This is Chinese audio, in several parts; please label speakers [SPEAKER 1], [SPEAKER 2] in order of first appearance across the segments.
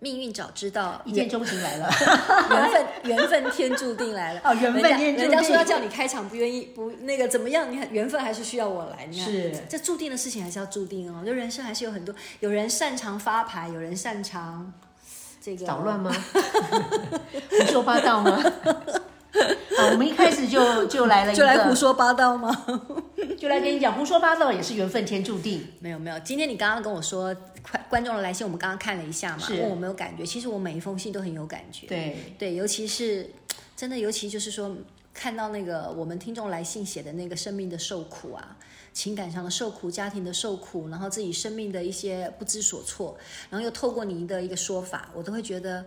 [SPEAKER 1] 命运早知道，
[SPEAKER 2] 一见钟情来了。
[SPEAKER 1] 缘分缘分天注定来了。
[SPEAKER 2] 哦缘分
[SPEAKER 1] 人家
[SPEAKER 2] 天注
[SPEAKER 1] 人
[SPEAKER 2] 定
[SPEAKER 1] 家说要叫你开场，不愿意不那个怎么样？你看缘分还是需要我来。你看
[SPEAKER 2] 是
[SPEAKER 1] 这注定的事情还是要注定哦。就人生还是有很多，有人擅长发牌，有人擅长这个
[SPEAKER 2] 捣乱。吗？ 胡说八道吗？ 好，我们一开始就就来了一个，
[SPEAKER 1] 就来胡说八道吗？
[SPEAKER 2] 就来跟你讲，胡说八道也是缘分天注定。
[SPEAKER 1] 没有没有，今天你刚刚跟我说观观众的来信，我们刚刚看了一下嘛，
[SPEAKER 2] 是
[SPEAKER 1] 问我没有感觉。其实我每一封信都很有感觉。
[SPEAKER 2] 对，
[SPEAKER 1] 对，尤其是真的，尤其就是说，看到那个我们听众来信写的那个生命的受苦啊，情感上的受苦，家庭的受苦，然后自己生命的一些不知所措，然后又透过您的一个说法，我都会觉得，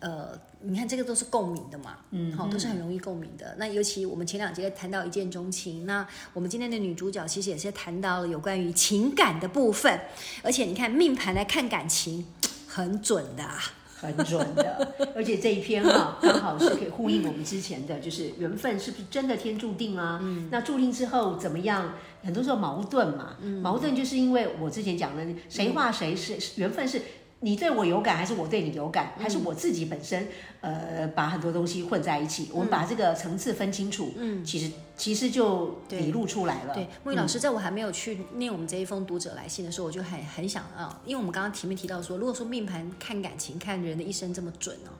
[SPEAKER 1] 呃，你看这个都是共鸣的嘛，嗯，好，都是很容易共鸣的。那尤其我们前两节谈到一见钟情，那我们今天的女主角其实也是谈到了有关于情感的部分，而且你看命盘来看感情，很准的、啊。
[SPEAKER 2] 很准的。 而且这一篇哈、刚好是可以呼应我们之前的，就是缘分是不是真的天注定啊？
[SPEAKER 1] 嗯
[SPEAKER 2] 那注定之后怎么样？很多时候矛盾嘛，
[SPEAKER 1] 嗯
[SPEAKER 2] 矛盾就是因为我之前讲的，谁画谁是缘分是。你对我有感，还是我对你有感，
[SPEAKER 1] 嗯
[SPEAKER 2] 还是我自己本身，呃，把很多东西混在一
[SPEAKER 1] 嗯
[SPEAKER 2] 起，我们把这个层次分清楚，嗯，其实其实就理路出来了。
[SPEAKER 1] 对，木鱼老师，在我还没有去念我们这一封读者来信的时候，我就很很想啊，因为我们刚刚前面提到说，如果说命盘看感情、看人的一生这么准哦，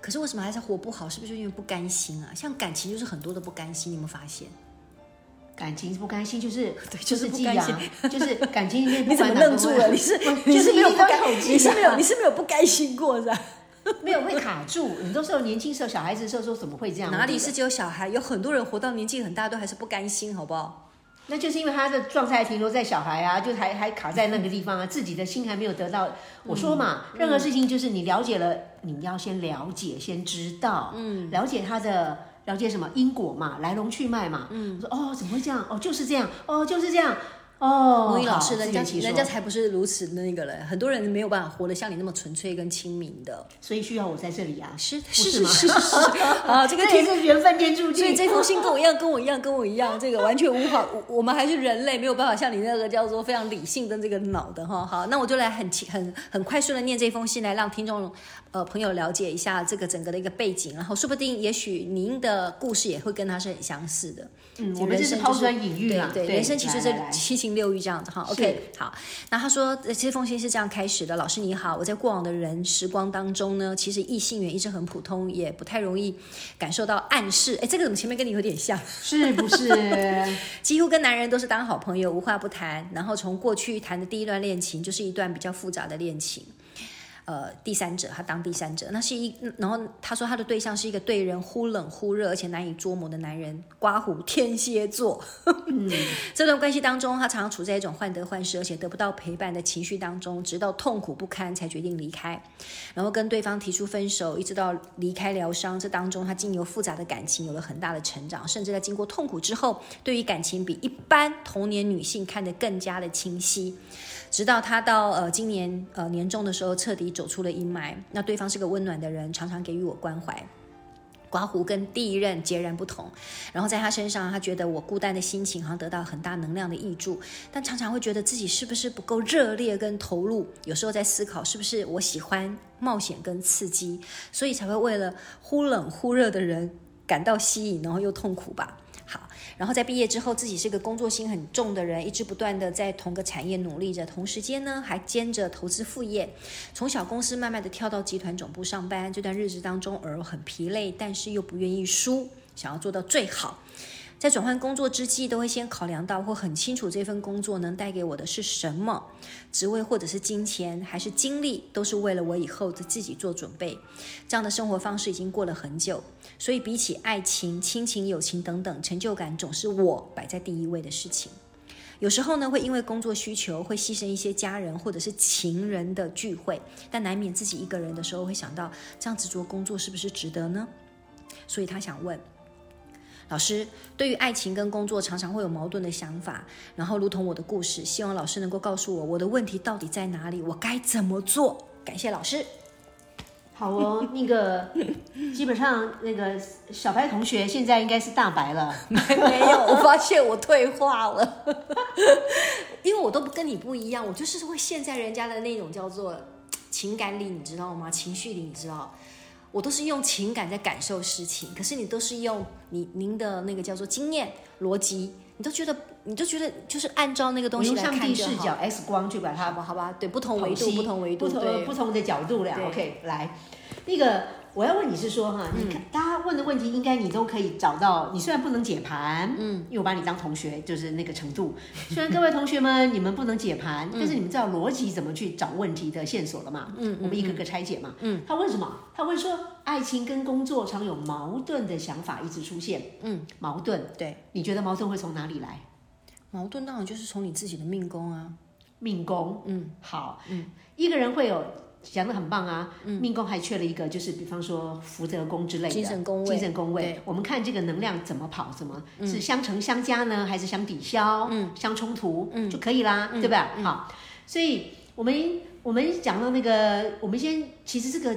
[SPEAKER 1] 可是为什么还是活不好？是不是就因为不甘心啊？像感情就是很多的不甘心，你有没有发现？
[SPEAKER 2] 感情不甘心就是
[SPEAKER 1] 对就
[SPEAKER 2] 就
[SPEAKER 1] 是不
[SPEAKER 2] 寄
[SPEAKER 1] 甘
[SPEAKER 2] 养
[SPEAKER 1] 心，
[SPEAKER 2] 就是感情里面
[SPEAKER 1] 你
[SPEAKER 2] 不
[SPEAKER 1] 怎么
[SPEAKER 2] 管哪
[SPEAKER 1] 愣
[SPEAKER 2] 个
[SPEAKER 1] 住
[SPEAKER 2] 问
[SPEAKER 1] 了？你 是
[SPEAKER 2] 我
[SPEAKER 1] 你
[SPEAKER 2] 就是
[SPEAKER 1] 没有不
[SPEAKER 2] 一根
[SPEAKER 1] 甘
[SPEAKER 2] 口，气
[SPEAKER 1] 你是没 有
[SPEAKER 2] 啊
[SPEAKER 1] 你是没有不甘心过是吧？
[SPEAKER 2] 没有会卡住。很多时候年轻时候小孩子的时候说怎么会这样？
[SPEAKER 1] 哪里
[SPEAKER 2] 我觉
[SPEAKER 1] 是
[SPEAKER 2] 得？
[SPEAKER 1] 只有小孩，有很多人活到年纪很大都还是不甘心，好不好？
[SPEAKER 2] 那就是因为他的状态停留在小孩啊，就还还卡在那个地方啊，自己的心还没有得到。我说嘛，
[SPEAKER 1] 嗯
[SPEAKER 2] 任何事情就是你了解了，你要先了解，先知道，嗯，了解他的。了解什么因果嘛，来龙去脉嘛。嗯，我说哦，怎么会这样？哦，就是这样。哦，就是这样。哦，
[SPEAKER 1] 木鱼老
[SPEAKER 2] 好
[SPEAKER 1] 师，
[SPEAKER 2] 自
[SPEAKER 1] 人家
[SPEAKER 2] 圆其说
[SPEAKER 1] 人家才不是如此的那个人，很多人没有办法活得像你那么纯粹跟清明的。
[SPEAKER 2] 所以需要我在这里啊。
[SPEAKER 1] 是
[SPEAKER 2] 不
[SPEAKER 1] 是是
[SPEAKER 2] 吗
[SPEAKER 1] 是是 是啊，这个
[SPEAKER 2] 这也
[SPEAKER 1] 天，
[SPEAKER 2] 是缘分天注定。
[SPEAKER 1] 所以这封信跟我一样，跟我一样，跟我一样，这个完全无法，我我们还是人类，没有办法像你那个叫做非常理性跟这个脑的哈。好，那我就来很轻很很快速的念这封信，来让听众呃朋友了解一下这个整个的一个背景，然后说不定也许您的故事也会跟他是很相似的。
[SPEAKER 2] 嗯
[SPEAKER 1] 就
[SPEAKER 2] 我们这
[SPEAKER 1] 人
[SPEAKER 2] 是
[SPEAKER 1] 生
[SPEAKER 2] 抛
[SPEAKER 1] 就
[SPEAKER 2] 砖引玉啊，
[SPEAKER 1] 对对，人生其实
[SPEAKER 2] 来
[SPEAKER 1] 这
[SPEAKER 2] 来来
[SPEAKER 1] 七情六欲这样子哈。
[SPEAKER 2] 是
[SPEAKER 1] OK，好。那他说呃这封信是这样开始的：老师你好，我在过往的人时光当中呢，其实异性缘一直很普通，也不太容易感受到暗示。哎，这个怎么前面跟你有点像？
[SPEAKER 2] 是不是？
[SPEAKER 1] 几乎跟男人都是当好朋友，无话不谈。然后从过去谈的第一段恋情，就是一段比较复杂的恋情。呃，第三者，他当第三者，那是一，然后他说他的对象是一个对人忽冷忽热，而且难以捉摸的男人，刮胡天蝎座。 这段关系当中，他常常处在一种患得患失，而且得不到陪伴的情绪当中，直到痛苦不堪才决定离开，然后跟对方提出分手，一直到离开疗伤。这当中，他经由复杂的感情有了很大的成长，甚至在经过痛苦之后，对于感情比一般童年女性看得更加的清晰。直到他到呃今年呃年终的时候，彻底走出了阴霾。那对方是个温暖的人，常常给予我关怀。刮胡跟第一任截然不同，然后在他身上，他觉得我孤单的心情好像得到很大能量的益助，但常常会觉得自己是不是不够热烈跟投入，有时候在思考是不是我喜欢冒险跟刺激，所以才会为了忽冷忽热的人感到吸引，然后又痛苦吧。好，然后在毕业之后，自己是个工作心很重的人，一直不断的在同个产业努力着，同时间呢还兼着投资副业，从小公司慢慢的跳到集团总部上班，这段日子当中，偶尔很疲累，但是又不愿意输，想要做到最好。在转换工作之际，都会先考量到或很清楚这份工作能带给我的是什么职位，或者是金钱，还是精力，都是为了我以后的自己做准备。这样的生活方式已经过了很久，所以比起爱情、亲情、友情等等，成就感总是我摆在第一位的事情。有时候呢，会因为工作需求，会牺牲一些家人或者是情人的聚会，但难免自己一个人的时候会想到，这样执着工作是不是值得呢？所以他想问。老师对于爱情跟工作常常会有矛盾的想法，然后如同我的故事，希望老师能够告诉我我的问题到底在哪里，我该怎么做？感谢老师。
[SPEAKER 2] 好 哦，那个基本上那个小白同学现在应该是大白 了，
[SPEAKER 1] 没有，我发现我退化了， 因为我都不跟你不一样，我就是会陷在人家的那种叫做情感里，你知道吗？情绪里，你知道。我都是用情感在感受事情，可是你都是用你您的那个叫做经验逻辑，你都觉得你都觉得就是按照那个东
[SPEAKER 2] 我
[SPEAKER 1] 西
[SPEAKER 2] 用
[SPEAKER 1] 来
[SPEAKER 2] 上
[SPEAKER 1] 看
[SPEAKER 2] 帝
[SPEAKER 1] 就
[SPEAKER 2] 视角
[SPEAKER 1] 好，
[SPEAKER 2] X 光去把它
[SPEAKER 1] 好吧好吧，对，不同维
[SPEAKER 2] 剖
[SPEAKER 1] 度
[SPEAKER 2] 析
[SPEAKER 1] 不同维度，
[SPEAKER 2] 不同
[SPEAKER 1] 对
[SPEAKER 2] 不同的角度了
[SPEAKER 1] 对。
[SPEAKER 2] OK，来，那个我要问你是说哈，
[SPEAKER 1] 嗯
[SPEAKER 2] 你看大家问的问题，应该你都可以找到。你虽然不能解盘，嗯，因为我把你当同学，就是那个程度。虽然各位同学们你们不能解盘，
[SPEAKER 1] 嗯
[SPEAKER 2] 但是你们知道逻辑怎么去找问题的线索了嘛？嗯，我们一个个拆解嘛。嗯，他问什么？他问说爱情跟工作常有矛盾的想法一直出现。嗯，矛盾，
[SPEAKER 1] 对，
[SPEAKER 2] 你觉得矛盾会从哪里来？
[SPEAKER 1] 矛盾当然就是从你自己的命宫啊，
[SPEAKER 2] 命宫，嗯，好，嗯，一个人会有讲的很棒啊，命宫还缺了一个，就是比方说福德宫之类的
[SPEAKER 1] 精神宫位
[SPEAKER 2] 精神宫位
[SPEAKER 1] 对，
[SPEAKER 2] 我们看这个能量怎么跑，怎么是相乘相加呢，还是相抵消，嗯，相冲突，嗯，就可以啦，对吧？好，所以我们我们讲到那个，我们先其实这个。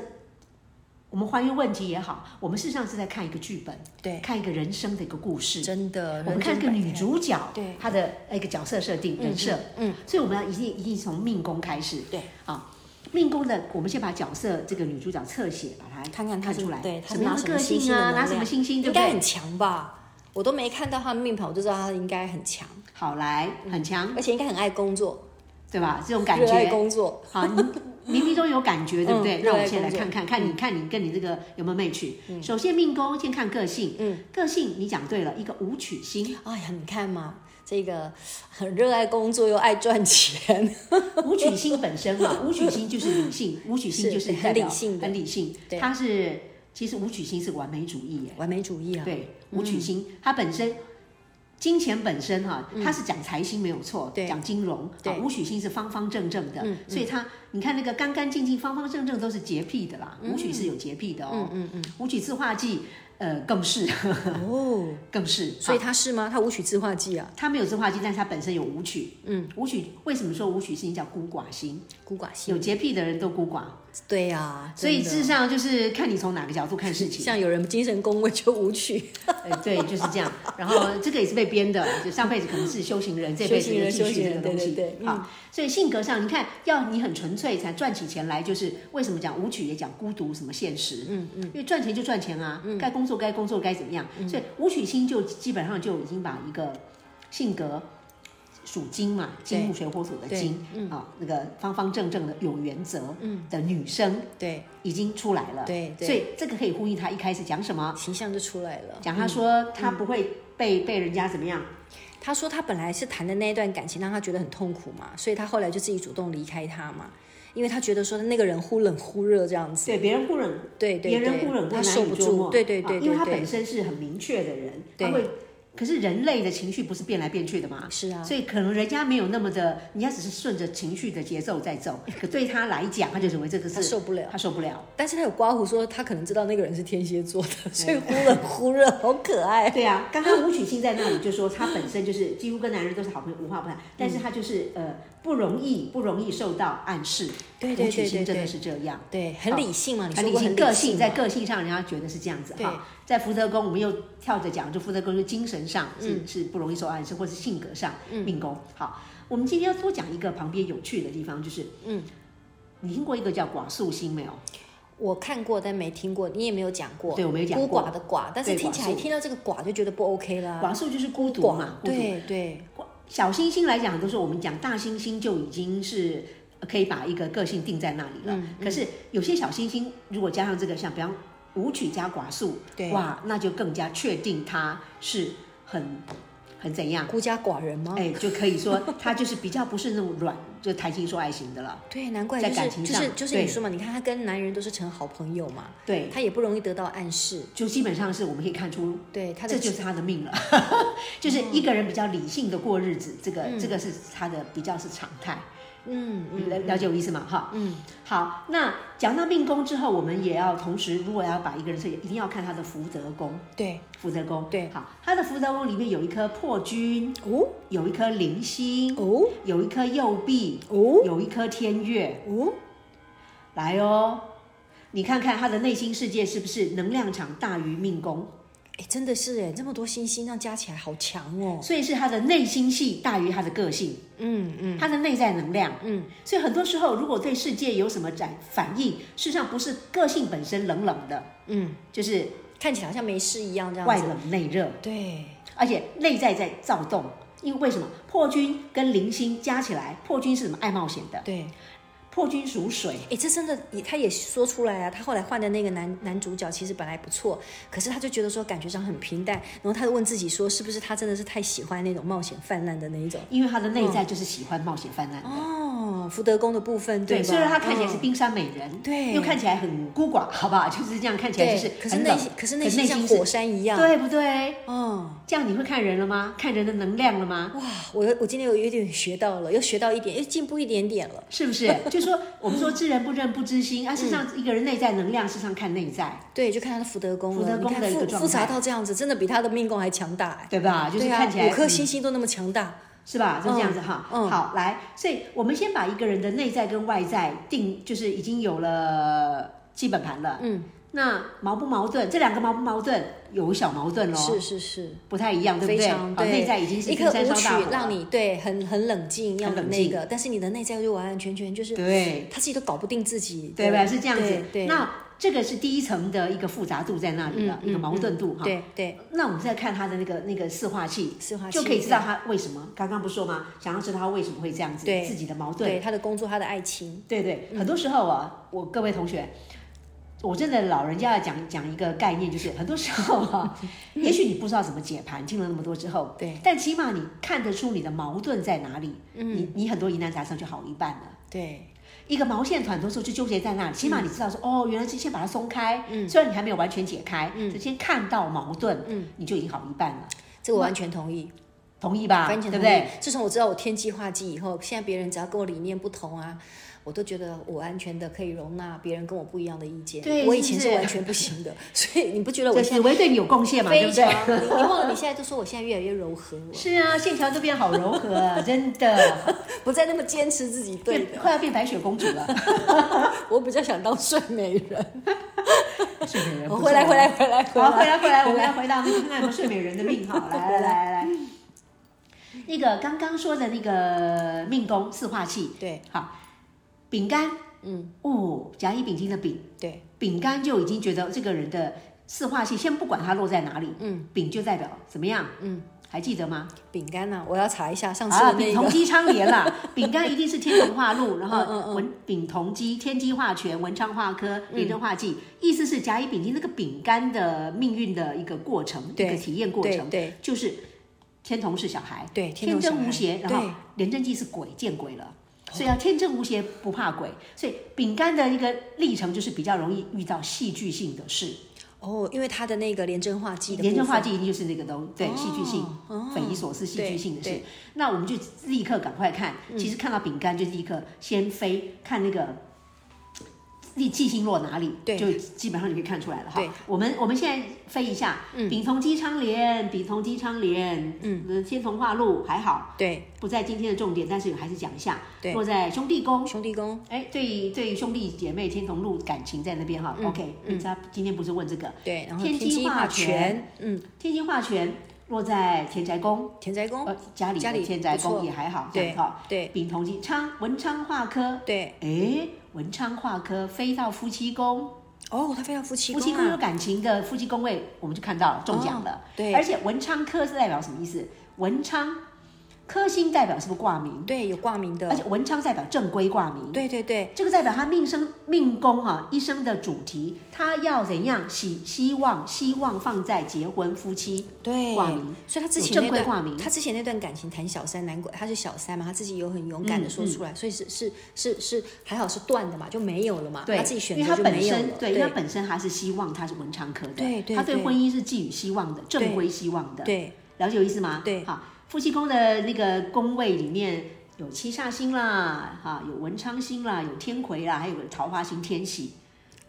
[SPEAKER 2] 我们还原问题也好，我们事实上是在看一个剧本，
[SPEAKER 1] 对，
[SPEAKER 2] 看一个人生的一个故事，
[SPEAKER 1] 真的，
[SPEAKER 2] 我们看
[SPEAKER 1] 人间
[SPEAKER 2] 这个
[SPEAKER 1] 百
[SPEAKER 2] 女
[SPEAKER 1] 态，
[SPEAKER 2] 主角，
[SPEAKER 1] 对
[SPEAKER 2] 她的一个角色设定、人设，嗯，所以我们要一定一定从命宫开始，
[SPEAKER 1] 对，
[SPEAKER 2] 啊，命宫的，我们先把角色这个女主角侧写，把它
[SPEAKER 1] 看看她
[SPEAKER 2] 看
[SPEAKER 1] 是
[SPEAKER 2] 出来，
[SPEAKER 1] 对她
[SPEAKER 2] 什么
[SPEAKER 1] 拿
[SPEAKER 2] 样的
[SPEAKER 1] 什么
[SPEAKER 2] 个
[SPEAKER 1] 星
[SPEAKER 2] 性
[SPEAKER 1] 星的
[SPEAKER 2] 啊，
[SPEAKER 1] 能
[SPEAKER 2] 拿什么
[SPEAKER 1] 量
[SPEAKER 2] 星星，对
[SPEAKER 1] 应
[SPEAKER 2] 不
[SPEAKER 1] 该
[SPEAKER 2] 对
[SPEAKER 1] 很？强吧？我都没看到他的命盘，我就知道他应该很强，
[SPEAKER 2] 好，来，很强，
[SPEAKER 1] 而且应该很爱工作，
[SPEAKER 2] 对吧？这种感
[SPEAKER 1] 热爱
[SPEAKER 2] 觉，
[SPEAKER 1] 工作。
[SPEAKER 2] 好，你明明都有 感觉，对不对？
[SPEAKER 1] 嗯
[SPEAKER 2] 那我
[SPEAKER 1] 热爱嗯
[SPEAKER 2] 们先来
[SPEAKER 1] 工作
[SPEAKER 2] 看看，看你看你跟你这个有没有 match。首
[SPEAKER 1] 嗯
[SPEAKER 2] 先命宫先看个性，嗯，个性你讲对了，一个武曲星，
[SPEAKER 1] 哎呀，你看嘛，这 个很热爱工作又爱赚钱，
[SPEAKER 2] 武曲星本身 嘛，武曲星就是理性，武曲星就是
[SPEAKER 1] 是
[SPEAKER 2] 代表
[SPEAKER 1] 很理性的
[SPEAKER 2] 很理性。
[SPEAKER 1] 对
[SPEAKER 2] 它是其实武曲星是完美主义耶，
[SPEAKER 1] 完美主义啊！
[SPEAKER 2] 对，武曲星它本身。金钱本身哈、它是讲财星没有
[SPEAKER 1] 嗯
[SPEAKER 2] 错，
[SPEAKER 1] 对
[SPEAKER 2] 讲金融。
[SPEAKER 1] 对嗯
[SPEAKER 2] 啊武曲星是方方正正的，所以它你看那个干干净净、方方正正都是洁癖的啦。
[SPEAKER 1] 嗯
[SPEAKER 2] 武曲是有洁癖的哦，嗯嗯武曲自化剂，呃，更是
[SPEAKER 1] 哦，
[SPEAKER 2] 更是。
[SPEAKER 1] 所以他是吗？他舞曲自化剂啊，
[SPEAKER 2] 它没有自化剂，但是它本身有武曲。嗯，武曲为什么说武曲星叫孤寡星？
[SPEAKER 1] 孤寡星。
[SPEAKER 2] 有洁癖的人都孤寡，
[SPEAKER 1] 对啊，
[SPEAKER 2] 所以
[SPEAKER 1] 真
[SPEAKER 2] 事
[SPEAKER 1] 的
[SPEAKER 2] 实上就是看你从哪个角度看事情，
[SPEAKER 1] 像有人精神工位就舞 曲，
[SPEAKER 2] 呃，对，就是这样。然后这个也是被编的，就上辈子可能是修行人，这辈子
[SPEAKER 1] 修行
[SPEAKER 2] 就
[SPEAKER 1] 人
[SPEAKER 2] 继续这个
[SPEAKER 1] 修行人
[SPEAKER 2] 东西。
[SPEAKER 1] 对对对嗯
[SPEAKER 2] 好，所以性格上，你看，要你很纯粹才赚起钱来，就是为什么讲舞曲也讲孤独什么现实，嗯嗯，因为赚钱就赚钱啊，
[SPEAKER 1] 嗯
[SPEAKER 2] 该工作该工作该怎么样，所以舞曲星就基本上就已经把一个性格。属金嘛，金木水火土的
[SPEAKER 1] 对嗯
[SPEAKER 2] 金，啊、那个方方正正的有原则的女生，
[SPEAKER 1] 对，
[SPEAKER 2] 已经出来了，
[SPEAKER 1] 对对嗯
[SPEAKER 2] 所以这个可以呼应他一开始讲什么，
[SPEAKER 1] 形象就出来了。
[SPEAKER 2] 讲他说他不会被、被人家怎么样，
[SPEAKER 1] 嗯他说他本来是谈的那一段感情让他觉得很痛苦嘛，所以他后来就自己主动离开他嘛，因为他觉得说那个人忽冷忽热这样子。
[SPEAKER 2] 对别人忽冷，
[SPEAKER 1] 对对
[SPEAKER 2] 别人
[SPEAKER 1] 对
[SPEAKER 2] 忽冷忽
[SPEAKER 1] 他
[SPEAKER 2] 难
[SPEAKER 1] 受
[SPEAKER 2] 以
[SPEAKER 1] 不
[SPEAKER 2] 捉摸，
[SPEAKER 1] 住，对对
[SPEAKER 2] 啊
[SPEAKER 1] 对
[SPEAKER 2] 因为
[SPEAKER 1] 对
[SPEAKER 2] 他本
[SPEAKER 1] 对，
[SPEAKER 2] 身是很明确的人，
[SPEAKER 1] 对
[SPEAKER 2] 他会，可是人类的情绪不是变来变去的嘛，
[SPEAKER 1] 是啊，
[SPEAKER 2] 所以可能人家没有那么的，人家只是顺着情绪的节奏在走，可对他来讲，他就认为这个
[SPEAKER 1] 他
[SPEAKER 2] 是
[SPEAKER 1] 受不了。
[SPEAKER 2] 他受不了，
[SPEAKER 1] 但是他有刮胡说他可能知道那个人是天蝎座的，所以忽冷忽热，好可爱。
[SPEAKER 2] 对啊，刚刚吴曲星在那里就说他本身就是几乎跟男人都是好朋友，无话不谈，但是他就是呃不容易不容易受到暗示，
[SPEAKER 1] 对对
[SPEAKER 2] 吴曲
[SPEAKER 1] 对
[SPEAKER 2] 星
[SPEAKER 1] 对
[SPEAKER 2] 真的
[SPEAKER 1] 对
[SPEAKER 2] 是这样。啊
[SPEAKER 1] 对，很理性嘛，你
[SPEAKER 2] 很
[SPEAKER 1] 说
[SPEAKER 2] 理
[SPEAKER 1] 过很
[SPEAKER 2] 性，个
[SPEAKER 1] 理
[SPEAKER 2] 性
[SPEAKER 1] 性
[SPEAKER 2] 在
[SPEAKER 1] 嘛，
[SPEAKER 2] 个性上，人家觉得是这样子
[SPEAKER 1] 对
[SPEAKER 2] 哈。在福德宫，我们又跳着讲，就福德宫就精神上是、
[SPEAKER 1] 嗯
[SPEAKER 2] 是不容易受暗示，或是性格上、命宫。好，我们今天要多讲一个旁边有趣的地方，就是嗯，你听过一个叫寡宿星没有？
[SPEAKER 1] 我看过但没听过，你也没有讲过。
[SPEAKER 2] 对我没有讲
[SPEAKER 1] 孤
[SPEAKER 2] 过
[SPEAKER 1] 寡的寡，但是
[SPEAKER 2] 对
[SPEAKER 1] 听起来
[SPEAKER 2] 寡妇
[SPEAKER 1] 听到这个寡就觉得不 OK 啦。
[SPEAKER 2] 寡宿就是孤独嘛
[SPEAKER 1] 寡，
[SPEAKER 2] 孤独
[SPEAKER 1] 对对
[SPEAKER 2] 小星星来讲，都是我们讲大星星就已经是呃可以把一个个性定在那里了。可是有些小星星如果加上这个，像比方舞曲加寡宿，
[SPEAKER 1] 对
[SPEAKER 2] 哇，那就更加确定他是很很怎样，
[SPEAKER 1] 孤家寡人吗？
[SPEAKER 2] 哎，就可以说他就是比较不是那种软，就谈情说爱型的了。
[SPEAKER 1] 对，难怪
[SPEAKER 2] 在
[SPEAKER 1] 就是
[SPEAKER 2] 感情
[SPEAKER 1] 就是
[SPEAKER 2] 上
[SPEAKER 1] 就是你
[SPEAKER 2] 对
[SPEAKER 1] 说嘛，你看她跟男人都是成好朋友嘛，
[SPEAKER 2] 对，
[SPEAKER 1] 她也不容易得到暗示，
[SPEAKER 2] 就基本上是我们可以看出，
[SPEAKER 1] 对她的
[SPEAKER 2] 这就是他的命了，就是一个人比较理性的过日子，这个、这个是他的比较是常态。
[SPEAKER 1] 嗯嗯
[SPEAKER 2] 了了解我意思吗？哈，
[SPEAKER 1] 嗯，
[SPEAKER 2] 好，那讲到命宫之后，我们也要同时，如果要把一个人设计，一定要看他的福德宫。
[SPEAKER 1] 对
[SPEAKER 2] 福德宫
[SPEAKER 1] 对
[SPEAKER 2] 好，他的福德宫里面有一颗破军，
[SPEAKER 1] 哦
[SPEAKER 2] 有一颗灵星，
[SPEAKER 1] 哦
[SPEAKER 2] 有一颗右臂，
[SPEAKER 1] 哦
[SPEAKER 2] 有一颗天月，
[SPEAKER 1] 哦，
[SPEAKER 2] 来哦，你看看他的内心世界是不是能量场大于命宫，
[SPEAKER 1] 哎，真的是哎，这么多星星，那加起来好强哦，
[SPEAKER 2] 所以是他的内心戏大于他的个性，
[SPEAKER 1] 嗯嗯
[SPEAKER 2] 他的内在能量。啊
[SPEAKER 1] 嗯，
[SPEAKER 2] 所以很多时候，如果对世界有什么反反应，事实上不是个性本身冷冷的，
[SPEAKER 1] 嗯，
[SPEAKER 2] 就是
[SPEAKER 1] 看起来好像没事一样这样
[SPEAKER 2] 外
[SPEAKER 1] 子，
[SPEAKER 2] 冷内热，
[SPEAKER 1] 对，
[SPEAKER 2] 而且内在在躁动。因为为什么破军跟零星加起来，破军是什么爱冒险的？
[SPEAKER 1] 对，
[SPEAKER 2] 破军属水，
[SPEAKER 1] 哎，这真的也，他也说出来啊。他后来换的那个男男主角其实本来不错，可是他就觉得说感觉上很平淡，然后他就问自己说，是不是他真的是太喜欢那种冒险泛滥的那一种？
[SPEAKER 2] 因为他的内在就是喜欢冒险泛滥的。
[SPEAKER 1] 嗯哦，福德宫的部分
[SPEAKER 2] 对，
[SPEAKER 1] 吧？
[SPEAKER 2] 虽然他看起来是
[SPEAKER 1] 嗯
[SPEAKER 2] 冰山美人，
[SPEAKER 1] 对
[SPEAKER 2] 又看起来很孤寡，好不好？就是这样看起来就是
[SPEAKER 1] 对，可是
[SPEAKER 2] 很
[SPEAKER 1] 内
[SPEAKER 2] 冷
[SPEAKER 1] 心，可是内
[SPEAKER 2] 内
[SPEAKER 1] 心像
[SPEAKER 2] 是
[SPEAKER 1] 火山一样。，
[SPEAKER 2] 对不对？
[SPEAKER 1] 嗯，
[SPEAKER 2] 这样你会看人了吗？看人的能量了吗？
[SPEAKER 1] 哇，我又我今天有有点学到了，又学到一点，又进步一点点了。
[SPEAKER 2] 是不是？就说我们说知人不认不知心，啊，事实
[SPEAKER 1] 嗯
[SPEAKER 2] 上一个人内在能量，事实上看内在，
[SPEAKER 1] 对，就看他的福德宫了。
[SPEAKER 2] 福德宫
[SPEAKER 1] 你看
[SPEAKER 2] 的一个
[SPEAKER 1] 复
[SPEAKER 2] 状态
[SPEAKER 1] 复杂到这样子，真的比他的命宫还强大哎。
[SPEAKER 2] 对吧？就是
[SPEAKER 1] 对啊
[SPEAKER 2] 看起来
[SPEAKER 1] 五颗
[SPEAKER 2] 嗯
[SPEAKER 1] 星星都那么强大。
[SPEAKER 2] 是吧？就这样子哈。
[SPEAKER 1] 嗯嗯
[SPEAKER 2] 好，来，所以我们先把一个人的内在跟外在定，就是已经有了基本盘了。
[SPEAKER 1] 嗯，
[SPEAKER 2] 那矛不矛盾？这两个矛不矛盾？有小矛盾喽，
[SPEAKER 1] 是是是。
[SPEAKER 2] 不太一样，对
[SPEAKER 1] 非
[SPEAKER 2] 不对？
[SPEAKER 1] 常
[SPEAKER 2] 好内在已经是
[SPEAKER 1] 一
[SPEAKER 2] 冰
[SPEAKER 1] 颗
[SPEAKER 2] 山
[SPEAKER 1] 舞
[SPEAKER 2] 烧
[SPEAKER 1] 曲
[SPEAKER 2] 大火，
[SPEAKER 1] 让你对很很冷静，要
[SPEAKER 2] 很
[SPEAKER 1] 你
[SPEAKER 2] 冷
[SPEAKER 1] 那
[SPEAKER 2] 静
[SPEAKER 1] 个，但是你的内在就完完全全就是
[SPEAKER 2] 对
[SPEAKER 1] 他自己都搞不定自己，
[SPEAKER 2] 对吧？是这样子
[SPEAKER 1] 对。嗯对，
[SPEAKER 2] 那这个是第一层的一个复杂度在那里了，一个矛盾度哈。
[SPEAKER 1] 对对，
[SPEAKER 2] 那我们再看他的那个那个四化器，
[SPEAKER 1] 四化
[SPEAKER 2] 就
[SPEAKER 1] 气
[SPEAKER 2] 可以知道他为什么。刚刚不是说吗？想要知道他为什么会这样子，
[SPEAKER 1] 对嗯
[SPEAKER 2] 自己的矛盾，
[SPEAKER 1] 对他的工作，他的爱情，
[SPEAKER 2] 对对，很多时候啊，我各位同学，我真的老人家要讲讲一个概念，就是很多时候 啊，也许你不知道怎么解盘，听了那么多之后，
[SPEAKER 1] 对，嗯
[SPEAKER 2] 但起码你看得出你的矛盾在哪里，你你很多疑难杂症就好一半了。
[SPEAKER 1] 对
[SPEAKER 2] 一个毛线团，很多时候就纠结在那里。
[SPEAKER 1] 嗯
[SPEAKER 2] 起码你知道说，哦，原来是先把它松开，嗯，虽然你还没有完全解开，嗯，先看到矛盾，嗯，你就已经好一半了，
[SPEAKER 1] 这个我完全同意，
[SPEAKER 2] 同意吧？
[SPEAKER 1] 完全
[SPEAKER 2] 啊对
[SPEAKER 1] 同
[SPEAKER 2] 不
[SPEAKER 1] 意。
[SPEAKER 2] 对？
[SPEAKER 1] 自从我知道我天机化忌以后，现在别人只要跟我理念不同啊。我都觉得我完全的可以容纳别人跟我不一样的意见，
[SPEAKER 2] 对
[SPEAKER 1] 我以
[SPEAKER 2] 是
[SPEAKER 1] 前
[SPEAKER 2] 不是
[SPEAKER 1] 是完全不行的， 所以你不觉得我
[SPEAKER 2] 这
[SPEAKER 1] 现
[SPEAKER 2] 紫薇对你有贡献
[SPEAKER 1] 在
[SPEAKER 2] 嘛？
[SPEAKER 1] 非
[SPEAKER 2] 对不
[SPEAKER 1] 常
[SPEAKER 2] 对？？
[SPEAKER 1] 你你忘了你现在都说我现在越来越柔和了，
[SPEAKER 2] 是啊，线条都变好柔 和啊，真的。
[SPEAKER 1] 不再那么坚持自己对
[SPEAKER 2] 变
[SPEAKER 1] 的。
[SPEAKER 2] 快要变白雪公主 了，
[SPEAKER 1] 我比较想当睡美人。
[SPEAKER 2] 睡美人
[SPEAKER 1] 我回来，回来，。回来，
[SPEAKER 2] 不错好，回来，回来，我
[SPEAKER 1] 回
[SPEAKER 2] 们
[SPEAKER 1] 来
[SPEAKER 2] 要回到那个看看有没有睡美人的命好， 来来来来，那个刚刚说的那个命宫四化气，
[SPEAKER 1] 对
[SPEAKER 2] 好，饼干，
[SPEAKER 1] 嗯，
[SPEAKER 2] 哦，甲乙丙丁的丙，
[SPEAKER 1] 对，
[SPEAKER 2] 饼干就已经觉得这个人的四化气，先不管它落在哪里，
[SPEAKER 1] 嗯，
[SPEAKER 2] 丙就代表怎么样，
[SPEAKER 1] 嗯，
[SPEAKER 2] 还记得吗？
[SPEAKER 1] 饼干呐、我要查一下上次
[SPEAKER 2] 啊，
[SPEAKER 1] 的
[SPEAKER 2] 丙
[SPEAKER 1] 那
[SPEAKER 2] 酮
[SPEAKER 1] 个。
[SPEAKER 2] 基昌 联啦，丙啊干一定是天同化禄，
[SPEAKER 1] 嗯
[SPEAKER 2] 然
[SPEAKER 1] 嗯
[SPEAKER 2] 后
[SPEAKER 1] 嗯
[SPEAKER 2] 文丙酮基、天机化权、文昌化科、廉政化忌，意思是甲乙丙丁那个丙干的命运的一个过程，一
[SPEAKER 1] 对
[SPEAKER 2] 个体验过
[SPEAKER 1] 对
[SPEAKER 2] 程，
[SPEAKER 1] 对
[SPEAKER 2] 就是天同是小孩，
[SPEAKER 1] 对天
[SPEAKER 2] 天
[SPEAKER 1] 同小
[SPEAKER 2] 真
[SPEAKER 1] 孩
[SPEAKER 2] 无邪，然后
[SPEAKER 1] 对哦
[SPEAKER 2] 廉政忌是鬼，见鬼了。所以要天真无邪，不怕鬼。所以丙干的一个历程就是比较容易遇到戏剧性的事，
[SPEAKER 1] 哦，因为他的那个廉政化剂的
[SPEAKER 2] 廉政化
[SPEAKER 1] 剂，
[SPEAKER 2] 忌一定就是那个东对戏剧性、
[SPEAKER 1] 哦
[SPEAKER 2] 匪夷所思、戏剧性的
[SPEAKER 1] 对嗯
[SPEAKER 2] 事
[SPEAKER 1] 对。
[SPEAKER 2] 那我们就立刻赶快看，其实看到饼干就立刻先飞，看那个。立记星落哪里，
[SPEAKER 1] 对
[SPEAKER 2] 就基本上就可以看出来了哈
[SPEAKER 1] 对。嗯
[SPEAKER 2] 我们我们现在飞一下，丙同基昌连，丙同基昌连，嗯，天同化禄还好，
[SPEAKER 1] 对
[SPEAKER 2] 不在今天的重点，但是还是讲一下，
[SPEAKER 1] 对
[SPEAKER 2] 落在兄弟宫，
[SPEAKER 1] 兄弟宫，
[SPEAKER 2] 哎，对于对于兄弟姐妹天同路感情在那边哈。OK，他
[SPEAKER 1] 嗯
[SPEAKER 2] 今天不是问这个，
[SPEAKER 1] 对，然后
[SPEAKER 2] 天
[SPEAKER 1] 天
[SPEAKER 2] 机
[SPEAKER 1] 机
[SPEAKER 2] 化
[SPEAKER 1] 化
[SPEAKER 2] 权
[SPEAKER 1] 权，嗯，
[SPEAKER 2] 天津化权落在田宅宫，
[SPEAKER 1] 田宅宫
[SPEAKER 2] 呃，，家里
[SPEAKER 1] 哦家
[SPEAKER 2] 的
[SPEAKER 1] 里
[SPEAKER 2] 田宅
[SPEAKER 1] 不错
[SPEAKER 2] 宫也还好，
[SPEAKER 1] 对
[SPEAKER 2] 哈。
[SPEAKER 1] 对
[SPEAKER 2] 丙同济昌文昌化科，
[SPEAKER 1] 对，
[SPEAKER 2] 哎，文昌化科飞到夫妻宫，
[SPEAKER 1] 哦，他非常夫妻
[SPEAKER 2] 夫妻
[SPEAKER 1] 宫
[SPEAKER 2] 宫有
[SPEAKER 1] 啊，
[SPEAKER 2] 感情的夫妻宫位，我们就看到了中奖了。
[SPEAKER 1] 哦对
[SPEAKER 2] 而且文昌科是代表什么意思？文昌科星代表是不是挂名？
[SPEAKER 1] 对，有挂名的
[SPEAKER 2] 而，且文昌代表正规挂名。
[SPEAKER 1] 对对对，
[SPEAKER 2] 这个代表他命生命宫啊，一生的主题，他要怎样希希望希望放在结婚夫妻
[SPEAKER 1] 对，
[SPEAKER 2] 挂名
[SPEAKER 1] 所以他之
[SPEAKER 2] 有
[SPEAKER 1] 前
[SPEAKER 2] 正
[SPEAKER 1] 那
[SPEAKER 2] 规
[SPEAKER 1] 段
[SPEAKER 2] 挂名
[SPEAKER 1] 他之前那段感情谈小三，难怪他是小三嘛，他自己有很勇敢的
[SPEAKER 2] 嗯
[SPEAKER 1] 说出来，所以是是是是还好是断的嘛，就没有了嘛，
[SPEAKER 2] 对，
[SPEAKER 1] 他自己选
[SPEAKER 2] 因
[SPEAKER 1] 择
[SPEAKER 2] 为
[SPEAKER 1] 就没
[SPEAKER 2] 他本
[SPEAKER 1] 有了
[SPEAKER 2] 身，对，因为他本身他是希望他是文昌科的，
[SPEAKER 1] 对对
[SPEAKER 2] 他对
[SPEAKER 1] 对
[SPEAKER 2] 婚姻是寄予希望的，正
[SPEAKER 1] 对
[SPEAKER 2] 规希望的，
[SPEAKER 1] 对
[SPEAKER 2] 了解我意思吗？
[SPEAKER 1] 对
[SPEAKER 2] 好，夫妻宫的那个宫位里面有七煞星啦，哈，有文昌星啦，有天魁啦，还有个桃花星天喜，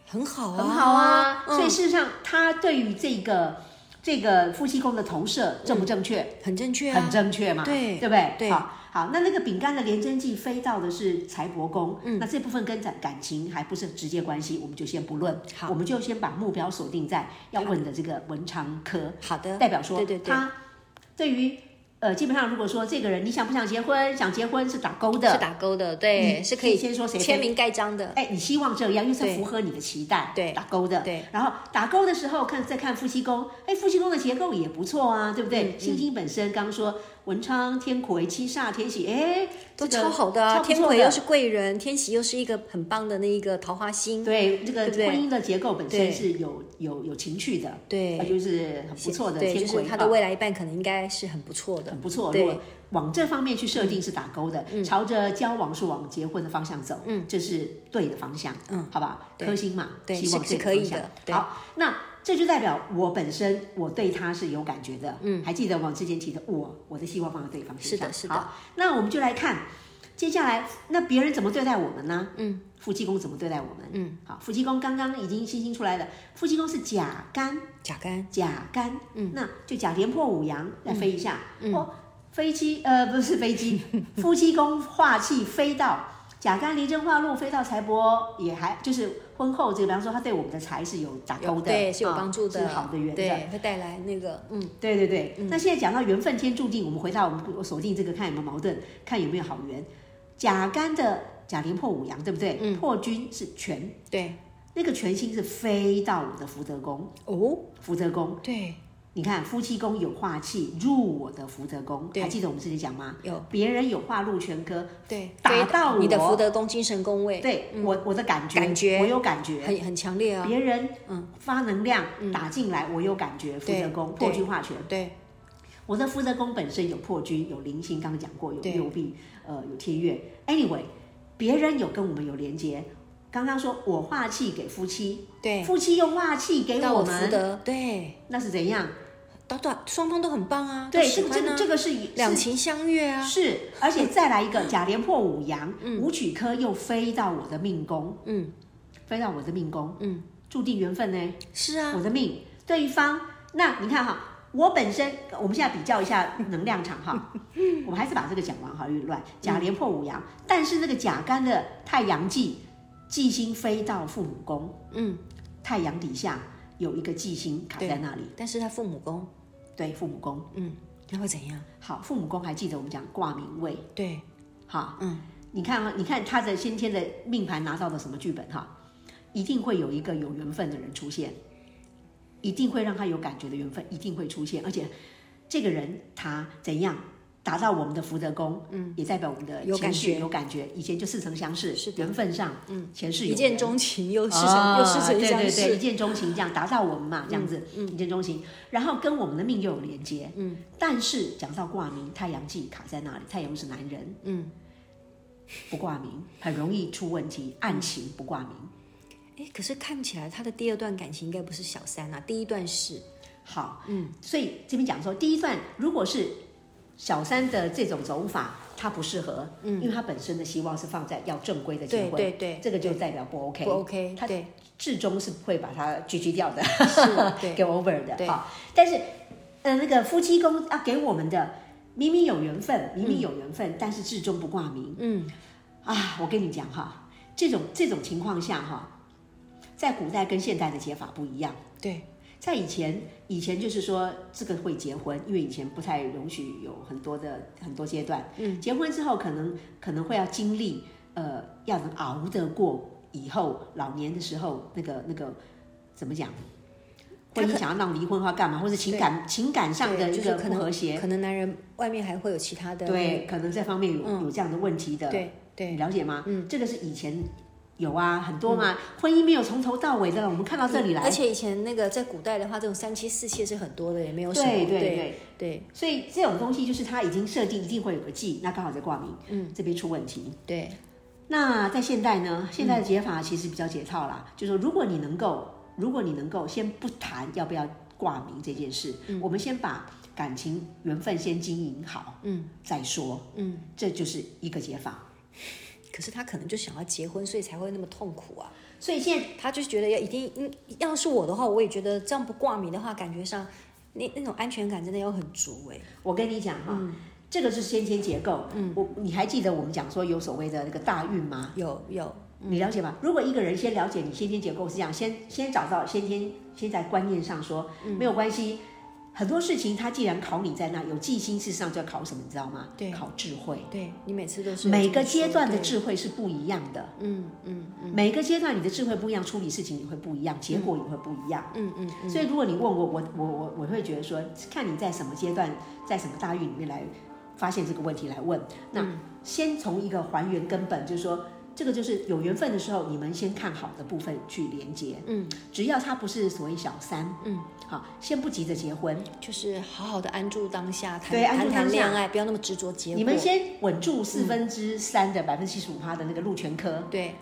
[SPEAKER 1] 很好啊，
[SPEAKER 2] 很好啊。
[SPEAKER 1] 嗯
[SPEAKER 2] 所以事实上，他对于这个这个夫妻宫的投射正不正确？
[SPEAKER 1] 很正确啊，
[SPEAKER 2] 很正确嘛，
[SPEAKER 1] 对
[SPEAKER 2] 对不对？
[SPEAKER 1] 对
[SPEAKER 2] 好，好，那那个饼干的廉贞记飞到的是财帛宫，
[SPEAKER 1] 嗯
[SPEAKER 2] 那这部分跟感感情还不是直接关系，我们就先不论，
[SPEAKER 1] 好
[SPEAKER 2] 我们就先把目标锁定在要问的这个文昌科，
[SPEAKER 1] 好的，
[SPEAKER 2] 代表说
[SPEAKER 1] 对对对，
[SPEAKER 2] 他对于呃，基本上如果说这个人你想不想结婚，想结婚是打勾的，
[SPEAKER 1] 是打勾的，对，
[SPEAKER 2] 嗯
[SPEAKER 1] 是可以
[SPEAKER 2] 先说谁
[SPEAKER 1] 签名盖章的，
[SPEAKER 2] 哎，你希望这样，因为
[SPEAKER 1] 对
[SPEAKER 2] 它符合你的期待，
[SPEAKER 1] 对
[SPEAKER 2] 打勾的，
[SPEAKER 1] 对。
[SPEAKER 2] 然后打勾的时候看再看夫妻宫，哎，夫妻宫的结构也不错啊，对不对？
[SPEAKER 1] 嗯
[SPEAKER 2] 星星本身刚说文昌、天魁、七煞、天喜，哎，
[SPEAKER 1] 都
[SPEAKER 2] 这个
[SPEAKER 1] 超好的啊，
[SPEAKER 2] 超不
[SPEAKER 1] 天
[SPEAKER 2] 错
[SPEAKER 1] 魁又是
[SPEAKER 2] 的。
[SPEAKER 1] 贵人，天喜又是一个很棒的那一个桃花星，
[SPEAKER 2] 对，这个
[SPEAKER 1] 对不对
[SPEAKER 2] 婚姻的结构本身
[SPEAKER 1] 对
[SPEAKER 2] 是有有有情趣的，
[SPEAKER 1] 对
[SPEAKER 2] 啊就是很不错的
[SPEAKER 1] 对，
[SPEAKER 2] 天
[SPEAKER 1] 就是
[SPEAKER 2] 魁，
[SPEAKER 1] 他的
[SPEAKER 2] 啊
[SPEAKER 1] 未来一半可能应该是很不错的
[SPEAKER 2] 很，不错。
[SPEAKER 1] 对嗯
[SPEAKER 2] 如果往这方面去设定是打勾的，朝着交往是往结婚的方向走，嗯，这是对的方向，
[SPEAKER 1] 嗯，
[SPEAKER 2] 好吧，
[SPEAKER 1] 对
[SPEAKER 2] 颗星嘛，
[SPEAKER 1] 对
[SPEAKER 2] 希望
[SPEAKER 1] 是
[SPEAKER 2] 对
[SPEAKER 1] 是可以
[SPEAKER 2] 方向
[SPEAKER 1] 的对
[SPEAKER 2] 好，那这就代表我本身我对他是有感觉的，嗯，还记得我们之前提的我，我的希望放在对方身上，
[SPEAKER 1] 是的是的
[SPEAKER 2] 好，那我们就来看。接下来，那别人怎么对待我们呢？
[SPEAKER 1] 嗯，
[SPEAKER 2] 夫妻宫怎么对待我们？
[SPEAKER 1] 嗯，
[SPEAKER 2] 好，夫妻宫刚刚已经星星出来了，夫妻宫是甲干
[SPEAKER 1] 甲干
[SPEAKER 2] 甲干，嗯，那就甲廉破五阳再飞一下，
[SPEAKER 1] 嗯
[SPEAKER 2] 哦，飞机呃不是 飞机，夫妻宫化气飞到甲干离贞化禄飞到财帛，也还就是婚后这个，比方说他对我们的财是有打
[SPEAKER 1] 有
[SPEAKER 2] 勾的，
[SPEAKER 1] 对是有
[SPEAKER 2] 啊
[SPEAKER 1] 帮助的，
[SPEAKER 2] 是好的缘的。
[SPEAKER 1] 对，会带来那个嗯
[SPEAKER 2] 对对对，那现在讲到缘分天注定，我们回到我们锁定这个，看有没有矛盾，看有没有好缘。甲干的甲廉破五阳，对不对？
[SPEAKER 1] 嗯
[SPEAKER 2] 破军是权，
[SPEAKER 1] 对
[SPEAKER 2] 那个权星是飞到我的福德宫，
[SPEAKER 1] 哦
[SPEAKER 2] 福德宫
[SPEAKER 1] 对
[SPEAKER 2] 你看夫妻宫有化气入我的福德宫，
[SPEAKER 1] 对
[SPEAKER 2] 还记得我们之前讲吗？
[SPEAKER 1] 有
[SPEAKER 2] 别人有化禄全科，
[SPEAKER 1] 对，
[SPEAKER 2] 打
[SPEAKER 1] 飞
[SPEAKER 2] 到我
[SPEAKER 1] 你的福德宫精神宫位，
[SPEAKER 2] 对、我我的感
[SPEAKER 1] 嗯
[SPEAKER 2] 觉，
[SPEAKER 1] 感觉
[SPEAKER 2] 我有感觉，
[SPEAKER 1] 很很强烈啊，
[SPEAKER 2] 别人嗯发能量、打进来，我有感觉，福
[SPEAKER 1] 对
[SPEAKER 2] 德宫
[SPEAKER 1] 对
[SPEAKER 2] 破军化权。
[SPEAKER 1] 对
[SPEAKER 2] 我的福德宫本身有破军，有灵星，刚刚讲过，有
[SPEAKER 1] 对
[SPEAKER 2] 六臂，呃，有天月。Anyway，别人有跟我们有连接。刚刚说我化气给夫妻，
[SPEAKER 1] 对，
[SPEAKER 2] 夫妻又化气给
[SPEAKER 1] 到
[SPEAKER 2] 我
[SPEAKER 1] 福
[SPEAKER 2] 们，
[SPEAKER 1] 德对，
[SPEAKER 2] 那是怎样？
[SPEAKER 1] 到到双方都很棒啊，
[SPEAKER 2] 对，
[SPEAKER 1] 都喜
[SPEAKER 2] 这个这
[SPEAKER 1] 欢
[SPEAKER 2] 个
[SPEAKER 1] 啊，
[SPEAKER 2] 这个是是
[SPEAKER 1] 两情相悦啊，嗯
[SPEAKER 2] 是，而且再来一个甲廉破五阳，武曲科又飞到我的命宫，
[SPEAKER 1] 嗯，
[SPEAKER 2] 飞到我的命宫，
[SPEAKER 1] 嗯，
[SPEAKER 2] 注定缘分呢，
[SPEAKER 1] 是啊，
[SPEAKER 2] 我的命，对方，那你看哈，我本身，我们现在比较一下能量场 哈，我们还是把这个讲完哈，有点
[SPEAKER 1] 嗯
[SPEAKER 2] 乱，甲廉破五阳，但是那个甲干的太阳忌，忌星飞到父母宫，
[SPEAKER 1] 嗯，
[SPEAKER 2] 太阳底下有一个忌星卡在
[SPEAKER 1] 对
[SPEAKER 2] 那里，
[SPEAKER 1] 但是他父母宫，
[SPEAKER 2] 对，父母宫，
[SPEAKER 1] 嗯，那会怎样？
[SPEAKER 2] 好，父母宫还记得我们讲挂名位，
[SPEAKER 1] 对，
[SPEAKER 2] 哈，
[SPEAKER 1] 嗯，
[SPEAKER 2] 你看啊，你看他的先天的命盘拿到的什么剧本哈，一定会有一个有缘分的人出现，一定会让他有感觉的缘分一定会出现，而且这个人他怎样达到我们的福德宫，嗯，也代表我们的
[SPEAKER 1] 有
[SPEAKER 2] 前世
[SPEAKER 1] 感觉
[SPEAKER 2] 有感觉，以前就似曾相识，
[SPEAKER 1] 是的
[SPEAKER 2] 缘分上，嗯，前世有
[SPEAKER 1] 一见
[SPEAKER 2] 缘。
[SPEAKER 1] 钟情又是
[SPEAKER 2] 啊
[SPEAKER 1] 相又嗯是曾相
[SPEAKER 2] 对对对，一
[SPEAKER 1] 识，
[SPEAKER 2] 见钟情这样达到我们嘛，这样子，一见钟情，然后跟我们的命又有连接，嗯，但是讲到挂名，太阳系卡在那里，太阳是男人，
[SPEAKER 1] 嗯，
[SPEAKER 2] 不挂名很容易出问题，案情不挂名。
[SPEAKER 1] 哎，可是看起来他的第二段感情应该不是小三啊，第一段是，
[SPEAKER 2] 好，嗯，所以这边讲说，第一段如果是小三的这种走法，它不适合，嗯，因为他本身的希望是放在要正规的结
[SPEAKER 1] 对
[SPEAKER 2] 婚，
[SPEAKER 1] 对对，
[SPEAKER 2] 这个就代表不 OK，
[SPEAKER 1] 不 OK，
[SPEAKER 2] 他
[SPEAKER 1] 对，
[SPEAKER 2] 至终是会把它拒绝掉的，
[SPEAKER 1] 是对
[SPEAKER 2] 给 over 的
[SPEAKER 1] 对
[SPEAKER 2] 好，但是，呃，那个夫妻宫啊，给我们的明明有缘分，明明有缘分，但是至终不挂名。
[SPEAKER 1] 嗯，
[SPEAKER 2] 啊，我跟你讲哈，这种这种情况下哈，在古代跟现代的解法不一样。
[SPEAKER 1] 对，
[SPEAKER 2] 在以前，以前就是说这个会结婚，因为以前不太容许有很多的很多阶段。嗯，结婚之后可能可能会要经历，呃，要能熬得过以后老年的时候那个那个怎么讲？或者你想要闹离婚的话干嘛，或者情感情感上的
[SPEAKER 1] 对
[SPEAKER 2] 一
[SPEAKER 1] 就是
[SPEAKER 2] 个
[SPEAKER 1] 可
[SPEAKER 2] 不和
[SPEAKER 1] 能
[SPEAKER 2] 谐，
[SPEAKER 1] 可能男人外面还会有其他的
[SPEAKER 2] 对，可能这方面有、
[SPEAKER 1] 嗯
[SPEAKER 2] 有这样的问题的，
[SPEAKER 1] 对
[SPEAKER 2] 你
[SPEAKER 1] 对
[SPEAKER 2] 了解吗？
[SPEAKER 1] 嗯，
[SPEAKER 2] 这个是以前有啊，很多嘛，婚姻没有从头到尾的了，我们看到这里来，
[SPEAKER 1] 而且以前那个在古代的话，这种三妻四妾是很多的，也没有什么
[SPEAKER 2] 对对
[SPEAKER 1] 对
[SPEAKER 2] 对，
[SPEAKER 1] 对
[SPEAKER 2] 所以这种东西就是它已经设定一定会有个忌，那刚好在挂名，嗯，这边出问题。
[SPEAKER 1] 对
[SPEAKER 2] 那在现代呢，现代的解法其实比较解套啦，就说如果你能够，如果你能够先不谈要不要挂名这件事，我们先把感情缘分先经营好，嗯，再说，嗯，这就是一个解法。
[SPEAKER 1] 可是他可能就想要结婚，所以才会那么痛苦啊。
[SPEAKER 2] 所以现在
[SPEAKER 1] 他就觉得要一定，嗯，要是我的话，我也觉得这样不挂名的话，感觉上那那种安全感真的要很足哎、
[SPEAKER 2] 我跟你讲哈、这个是先天结构，嗯，我你还记得我们讲说有所谓的那个大运吗？
[SPEAKER 1] 有有，
[SPEAKER 2] 你了解
[SPEAKER 1] 嗯
[SPEAKER 2] 吗？如果一个人先了解你先天结构是这样，先先找到先天，先在观念上说、
[SPEAKER 1] 嗯
[SPEAKER 2] 没有关系。很多事情他既然考你在那，有记心，事实上就要考什么，你知道吗？
[SPEAKER 1] 对
[SPEAKER 2] 考智慧。
[SPEAKER 1] 对你每次都是
[SPEAKER 2] 每个阶段的
[SPEAKER 1] 对
[SPEAKER 2] 智慧是不一样的，
[SPEAKER 1] 嗯嗯
[SPEAKER 2] 每个阶段你的智慧不一样，处理事情也会不一样，结果也会不一样。
[SPEAKER 1] 嗯嗯嗯，
[SPEAKER 2] 所以如果你问我，我我我我会觉得说，看你在什么阶段，在什么大运里面来发现这个问题来问。那
[SPEAKER 1] 嗯
[SPEAKER 2] 先从一个还原根本，就是说。这个就是有缘分的时候，你们先看好的部分去连接。嗯，只要他不是所谓小三，嗯，好，先不急着结婚，
[SPEAKER 1] 就是好好的安住当下，谈
[SPEAKER 2] 对安
[SPEAKER 1] 谈
[SPEAKER 2] 住
[SPEAKER 1] 谈
[SPEAKER 2] 当下
[SPEAKER 1] 恋爱，不要那么执着结果。嗯
[SPEAKER 2] 你们先稳住四分之三的百分之七十五趴的那个路权科，
[SPEAKER 1] 对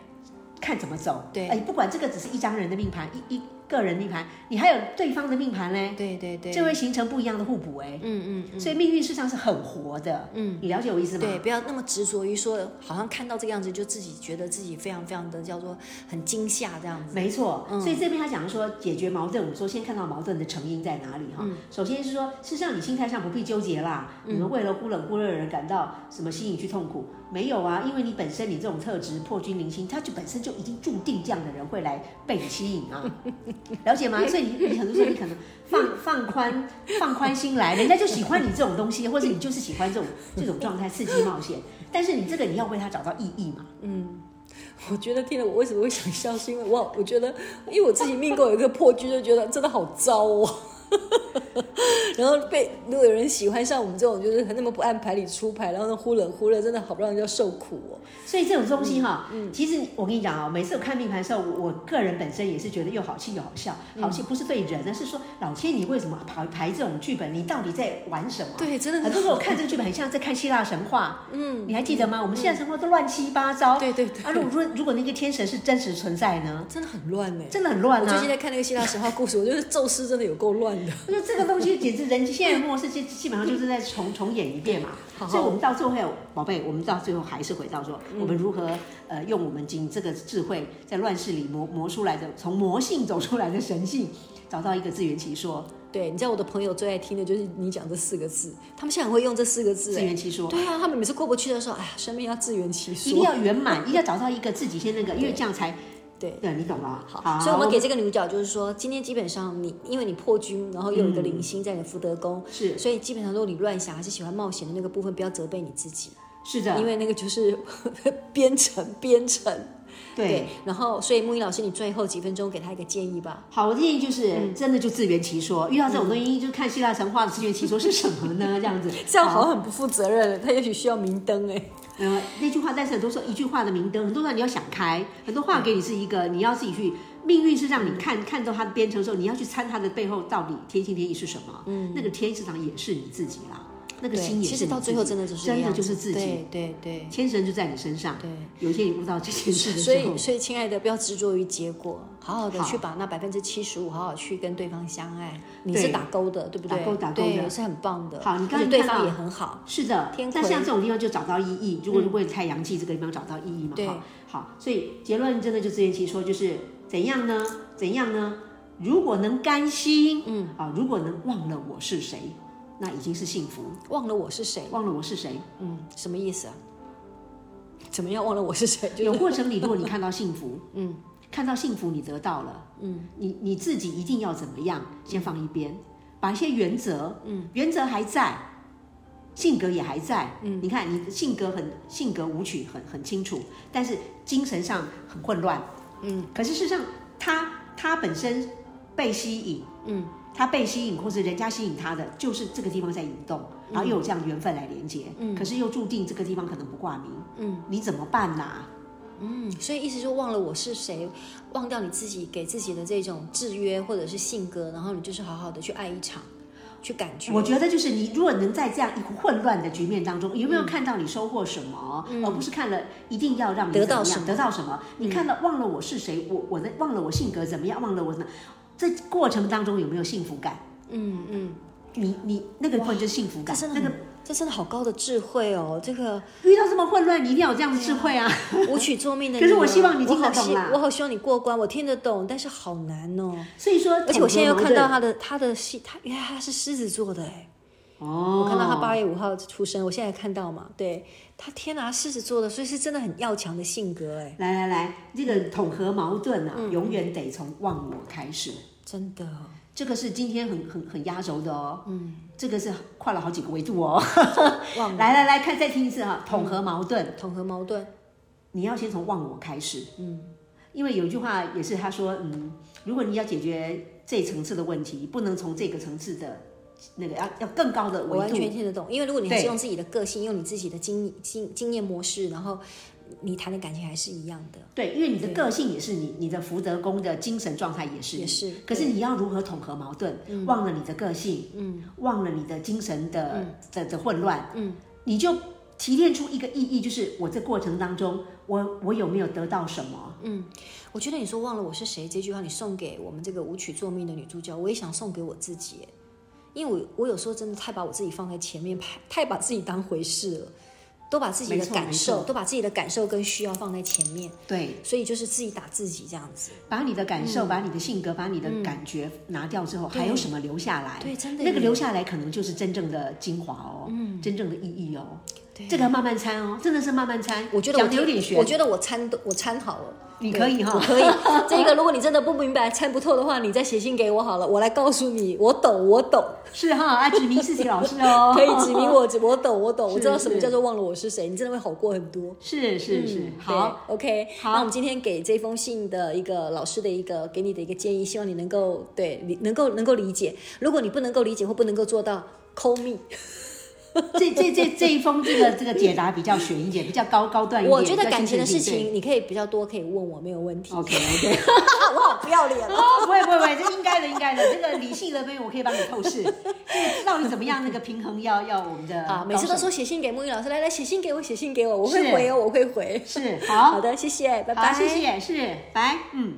[SPEAKER 2] 看怎么走。
[SPEAKER 1] 对
[SPEAKER 2] 哎，不管这个只是一张人的命盘，一一个人命盘，你还有对方的命盘嘞，
[SPEAKER 1] 对对对，
[SPEAKER 2] 就会形成不一样的互补哎。
[SPEAKER 1] 嗯嗯嗯，
[SPEAKER 2] 所以命运事实上是很活的，嗯，你了解我意思吗？
[SPEAKER 1] 对，不要那么执着于说，好像看到这个样子就自己觉得自己非常非常的叫做很惊吓这样子。
[SPEAKER 2] 没错，
[SPEAKER 1] 嗯
[SPEAKER 2] 所以这边他讲说解决矛盾，我们说先看到矛盾的成因在哪里哈。
[SPEAKER 1] 嗯
[SPEAKER 2] 首先是说，事实上你心态上不必纠结啦，你们为了忽冷忽热的人感到什么吸引去痛苦，没有啊，因为你本身你这种特质破军零星，他就本身就已经注定这样的人会来被你吸引啊， 了解吗？所以你你很多时候你可能放放宽放宽心来，人家就喜欢你这种东西，或者你就是喜欢这种这种状态刺激冒险，但是你这个你要为他找到意义嘛。
[SPEAKER 1] 我觉得听了我为什么会想笑，是因为我我觉得，因为我自己命宫有一个破局，就觉得真的好糟哦。 然后被如果有人喜欢像我们这种，就是那么不按牌理出牌，然后呢忽冷忽热，真的好不让人家受苦哦。
[SPEAKER 2] 所以这种东西哈、
[SPEAKER 1] 嗯
[SPEAKER 2] 其实我跟你讲啊、每次我看命盘的时候，我我个人本身也是觉得又好气又好笑，好
[SPEAKER 1] 嗯
[SPEAKER 2] 气不是对人，而是说老天，你为什么排排这种剧本？你到底在玩什么？。
[SPEAKER 1] 对，真的
[SPEAKER 2] 很
[SPEAKER 1] 很
[SPEAKER 2] 多时候我看这个剧本很像在看希腊神话，
[SPEAKER 1] 嗯，
[SPEAKER 2] 你还记得吗？我们现在生活都乱七八糟。
[SPEAKER 1] 对对对
[SPEAKER 2] 啊，如果如如果那个天神是真实存在呢？
[SPEAKER 1] 真的很乱呢。欸
[SPEAKER 2] 真的很乱
[SPEAKER 1] 我
[SPEAKER 2] 啊！
[SPEAKER 1] 最近在看那个希腊神话故事，我觉得宙斯真的有够乱的。
[SPEAKER 2] 我觉得这个东西简直人现在末世基基本上就是在重重演一遍嘛。
[SPEAKER 1] 好好
[SPEAKER 2] 所以我们到最后，宝贝，我们到最后还是回到说，我们如何呃用我们仅这个智慧，在乱世里磨磨出来的，从魔性走出来的神性，找到一个自圆其说，
[SPEAKER 1] 对，你知道我的朋友最爱听的就是你讲这四个字，他们现在很会用这四个字。
[SPEAKER 2] 自
[SPEAKER 1] 哎
[SPEAKER 2] 圆其说。
[SPEAKER 1] 对啊，他们每次过不去的时候，哎呀，生命要自圆其说。
[SPEAKER 2] 一定 要圆满，一定要找到一个自己先那个，因为这样才
[SPEAKER 1] 对。
[SPEAKER 2] 对，你懂吗？
[SPEAKER 1] 好，所以我们给这个女主角就是说，今天基本上你因为你破军，然后又有一个零星在你的福德宫，
[SPEAKER 2] 嗯是
[SPEAKER 1] 所以基本上如果你乱想还是喜欢冒险的那个部分，不要责备你自己，
[SPEAKER 2] 是的，
[SPEAKER 1] 因为那个就是 编程编程。
[SPEAKER 2] 对。，
[SPEAKER 1] 然后所以木英老师，你最后几分钟给她一个建议吧。
[SPEAKER 2] 好，我的建议
[SPEAKER 1] 嗯
[SPEAKER 2] 就是，真的就自圆其说。遇到这种东西，就看希腊神话的自圆其说是什么呢？这样子，
[SPEAKER 1] 这样好像很不负责任，她也许需要明灯哎。
[SPEAKER 2] 呃，那句话，但是很多时候一句话的明灯，很多时候你要想开，很多话给你是一个，你要自己去。命运是让你看看到它的编程的时候，你要去参它的背后到底天心天意是什么。嗯，那个天市场也是你自己啦，那个
[SPEAKER 1] 对，
[SPEAKER 2] 心也是
[SPEAKER 1] 其
[SPEAKER 2] 你
[SPEAKER 1] 实到
[SPEAKER 2] 自己
[SPEAKER 1] 最后真的就是
[SPEAKER 2] 真
[SPEAKER 1] 这
[SPEAKER 2] 的
[SPEAKER 1] 样
[SPEAKER 2] 就是
[SPEAKER 1] 子
[SPEAKER 2] 自己，
[SPEAKER 1] 对对对。
[SPEAKER 2] 天神就在你身上。
[SPEAKER 1] 对，
[SPEAKER 2] 有一天你悟到这件事的
[SPEAKER 1] 所
[SPEAKER 2] 时候
[SPEAKER 1] 以，，所以，亲爱的，不要执着于结果，好好的
[SPEAKER 2] 好
[SPEAKER 1] 去把那百分之七十五，好好去跟对方相爱。你
[SPEAKER 2] 对
[SPEAKER 1] 是打勾的，对不对？
[SPEAKER 2] 打勾打勾的
[SPEAKER 1] 对是很棒的。
[SPEAKER 2] 好你刚
[SPEAKER 1] 而
[SPEAKER 2] 才
[SPEAKER 1] 且对
[SPEAKER 2] 看到
[SPEAKER 1] 方也很好。
[SPEAKER 2] 是的
[SPEAKER 1] 天，
[SPEAKER 2] 但
[SPEAKER 1] 魁
[SPEAKER 2] 像这种地方就找到意义。如果如果太阳气这个地方找到意义嘛，
[SPEAKER 1] 嗯对
[SPEAKER 2] 哈，好，所以结论真的就自圆其说，就是怎样呢？怎样呢？如果能甘心，嗯，啊，如果能忘了我是谁，那已经是幸福。
[SPEAKER 1] 忘了我是谁？
[SPEAKER 2] 忘了我是谁，
[SPEAKER 1] 嗯，什么意思啊？ 怎么样忘了我是谁？就
[SPEAKER 2] 有
[SPEAKER 1] 是
[SPEAKER 2] 过程里，如果你看到 幸福，嗯，看到幸福你得到了，嗯，你你自己一定要怎么样，先放一
[SPEAKER 1] 嗯
[SPEAKER 2] 边，把一些原则，嗯，原则还在。性格也还在，嗯，你看你的性格很性格舞曲很很清楚，但是精神上很混乱，嗯，可是事实上他他本身被吸引，
[SPEAKER 1] 嗯，
[SPEAKER 2] 他被吸引或是人家吸引他的，就是这个地方在引动，然后又有这样缘分来连接，
[SPEAKER 1] 嗯
[SPEAKER 2] 可是又注定这个地方可能不挂名，
[SPEAKER 1] 嗯，
[SPEAKER 2] 你怎么办呐、
[SPEAKER 1] 嗯，所以意思就忘了我是谁，忘掉你自己给自己的这种制约或者是性格，然后你就是好好的去爱一场，去感觉。
[SPEAKER 2] 我觉得就是你如果能在这样一个混乱的局面当中，有没有看到你收获什么，而不是看了一定要让你
[SPEAKER 1] 嗯得
[SPEAKER 2] 怎么
[SPEAKER 1] 到
[SPEAKER 2] 样
[SPEAKER 1] 什么嗯
[SPEAKER 2] 得到什么？你看了忘了我是谁，我我的忘了我性格怎么样，忘了我呢？这过程当中有没有幸福感？
[SPEAKER 1] 嗯嗯，
[SPEAKER 2] 你你那个混就是幸福
[SPEAKER 1] 这
[SPEAKER 2] 感，
[SPEAKER 1] 真的
[SPEAKER 2] 那
[SPEAKER 1] 很
[SPEAKER 2] 个
[SPEAKER 1] 这真的好高的智慧哦，这个
[SPEAKER 2] 遇到这么混乱，你一定要有这样的智慧啊！
[SPEAKER 1] 舞曲作命的女
[SPEAKER 2] 可
[SPEAKER 1] 儿。
[SPEAKER 2] 是我希望你
[SPEAKER 1] 我
[SPEAKER 2] 听得
[SPEAKER 1] 好希
[SPEAKER 2] 懂啦
[SPEAKER 1] 我好希望你过关，我听得懂，但是好难哦。
[SPEAKER 2] 所以说，
[SPEAKER 1] 而且我现在又看到
[SPEAKER 2] 他
[SPEAKER 1] 他的他的戏，他原来他是狮子座的哎，
[SPEAKER 2] 哦，
[SPEAKER 1] 我看到他八月五号出生，我现在看到嘛，对他天哪，狮子座的，所以是真的很要强的性格哎，
[SPEAKER 2] 来来来，这个统合矛盾啊，
[SPEAKER 1] 嗯
[SPEAKER 2] 永远得从忘我开始。
[SPEAKER 1] 真的
[SPEAKER 2] 这个是今天很很很压轴的哦，嗯，这个是跨了好几个维度哦。
[SPEAKER 1] 忘了
[SPEAKER 2] 来来来看，再听一次哈，统合矛盾，
[SPEAKER 1] 统合矛盾，
[SPEAKER 2] 你要先从忘我开始，嗯，因为有一句话也是他说，嗯，如果你要解决这层次的问题，不能从这个层次的那个要要更高的
[SPEAKER 1] 我
[SPEAKER 2] 维
[SPEAKER 1] 完
[SPEAKER 2] 度
[SPEAKER 1] 全听得懂，因为如果你还是
[SPEAKER 2] 对
[SPEAKER 1] 用自己的个性，用你自己的经经经验模式，然后你谈的感情还是一样的，
[SPEAKER 2] 对，因为你的个性也是你，你的福德宫的精神状态也是你
[SPEAKER 1] 也是
[SPEAKER 2] 可是你要如何统合矛盾？忘了你的个性，嗯，忘了你的精神的、的的混乱，嗯，你就提炼出一个意义，就是我这过程当中，我我有没有得到什么？
[SPEAKER 1] 我觉得你说忘了我是谁这句话，你送给我们这个舞曲作命的女主角，我也想送给我自己耶，因为我我有时候真的太把我自己放在前面，太太把自己当回事了，都把自己
[SPEAKER 2] 没
[SPEAKER 1] 的
[SPEAKER 2] 错
[SPEAKER 1] 感
[SPEAKER 2] 没
[SPEAKER 1] 受，
[SPEAKER 2] 错
[SPEAKER 1] 都把自己的感受跟需要放在前面，
[SPEAKER 2] 对，
[SPEAKER 1] 所以就是自己打自己这样子。
[SPEAKER 2] 把你的感受、把你的性格、把你的感觉拿掉之后，
[SPEAKER 1] 嗯对
[SPEAKER 2] 还有什么留下来？
[SPEAKER 1] 对真的
[SPEAKER 2] 那个
[SPEAKER 1] 耶
[SPEAKER 2] 留下来可能就是真正的精华哦，嗯，真正的意义哦。
[SPEAKER 1] 对
[SPEAKER 2] 这个要慢慢掺哦，真的是慢慢掺。
[SPEAKER 1] 我觉得我
[SPEAKER 2] 讲的有点悬，
[SPEAKER 1] 我觉得我参都我参好了。
[SPEAKER 2] 你
[SPEAKER 1] 对
[SPEAKER 2] 可以哈
[SPEAKER 1] 我可以。这个，如果你真的不明白、参不透的话，你再写信给我好了，我来告诉你，我懂，我懂，
[SPEAKER 2] 是哈，啊，指明是谁老师 哦，
[SPEAKER 1] 可以指明。我，我懂，我懂，
[SPEAKER 2] 是
[SPEAKER 1] 我知道什么
[SPEAKER 2] 是
[SPEAKER 1] 叫做忘了我是谁，你真的会好过很多。
[SPEAKER 2] 是是是，
[SPEAKER 1] 嗯
[SPEAKER 2] 好，
[SPEAKER 1] 对，OK，
[SPEAKER 2] 好
[SPEAKER 1] 那我们今天给这封信的一个老师的一个给你的一个建议，希望你能够对你能够能够理解。如果你不能够理解或不能够做到，call me。
[SPEAKER 2] 这这这这一封这个这个解答比较悬一点，比较高高段一点。
[SPEAKER 1] 我觉得
[SPEAKER 2] 比较
[SPEAKER 1] 感情的事
[SPEAKER 2] 精神
[SPEAKER 1] 情
[SPEAKER 2] 性。
[SPEAKER 1] 你可以比较多，可以问我，没有 问题。
[SPEAKER 2] OK OK，
[SPEAKER 1] 我好不要脸哦。
[SPEAKER 2] 不会不会不会，这应该的应该的，这个理性的边我可以帮你透 视，这个到底怎么样那个平衡要要我们的
[SPEAKER 1] 啊，每次都
[SPEAKER 2] 高手
[SPEAKER 1] 说写信给沐浴老师，来来写信给我，写信给我，我会
[SPEAKER 2] 是
[SPEAKER 1] 回哦，我会回。
[SPEAKER 2] 是
[SPEAKER 1] 好
[SPEAKER 2] 好，
[SPEAKER 1] 的，谢谢，拜
[SPEAKER 2] 好
[SPEAKER 1] 拜，
[SPEAKER 2] 谢谢，是拜，嗯。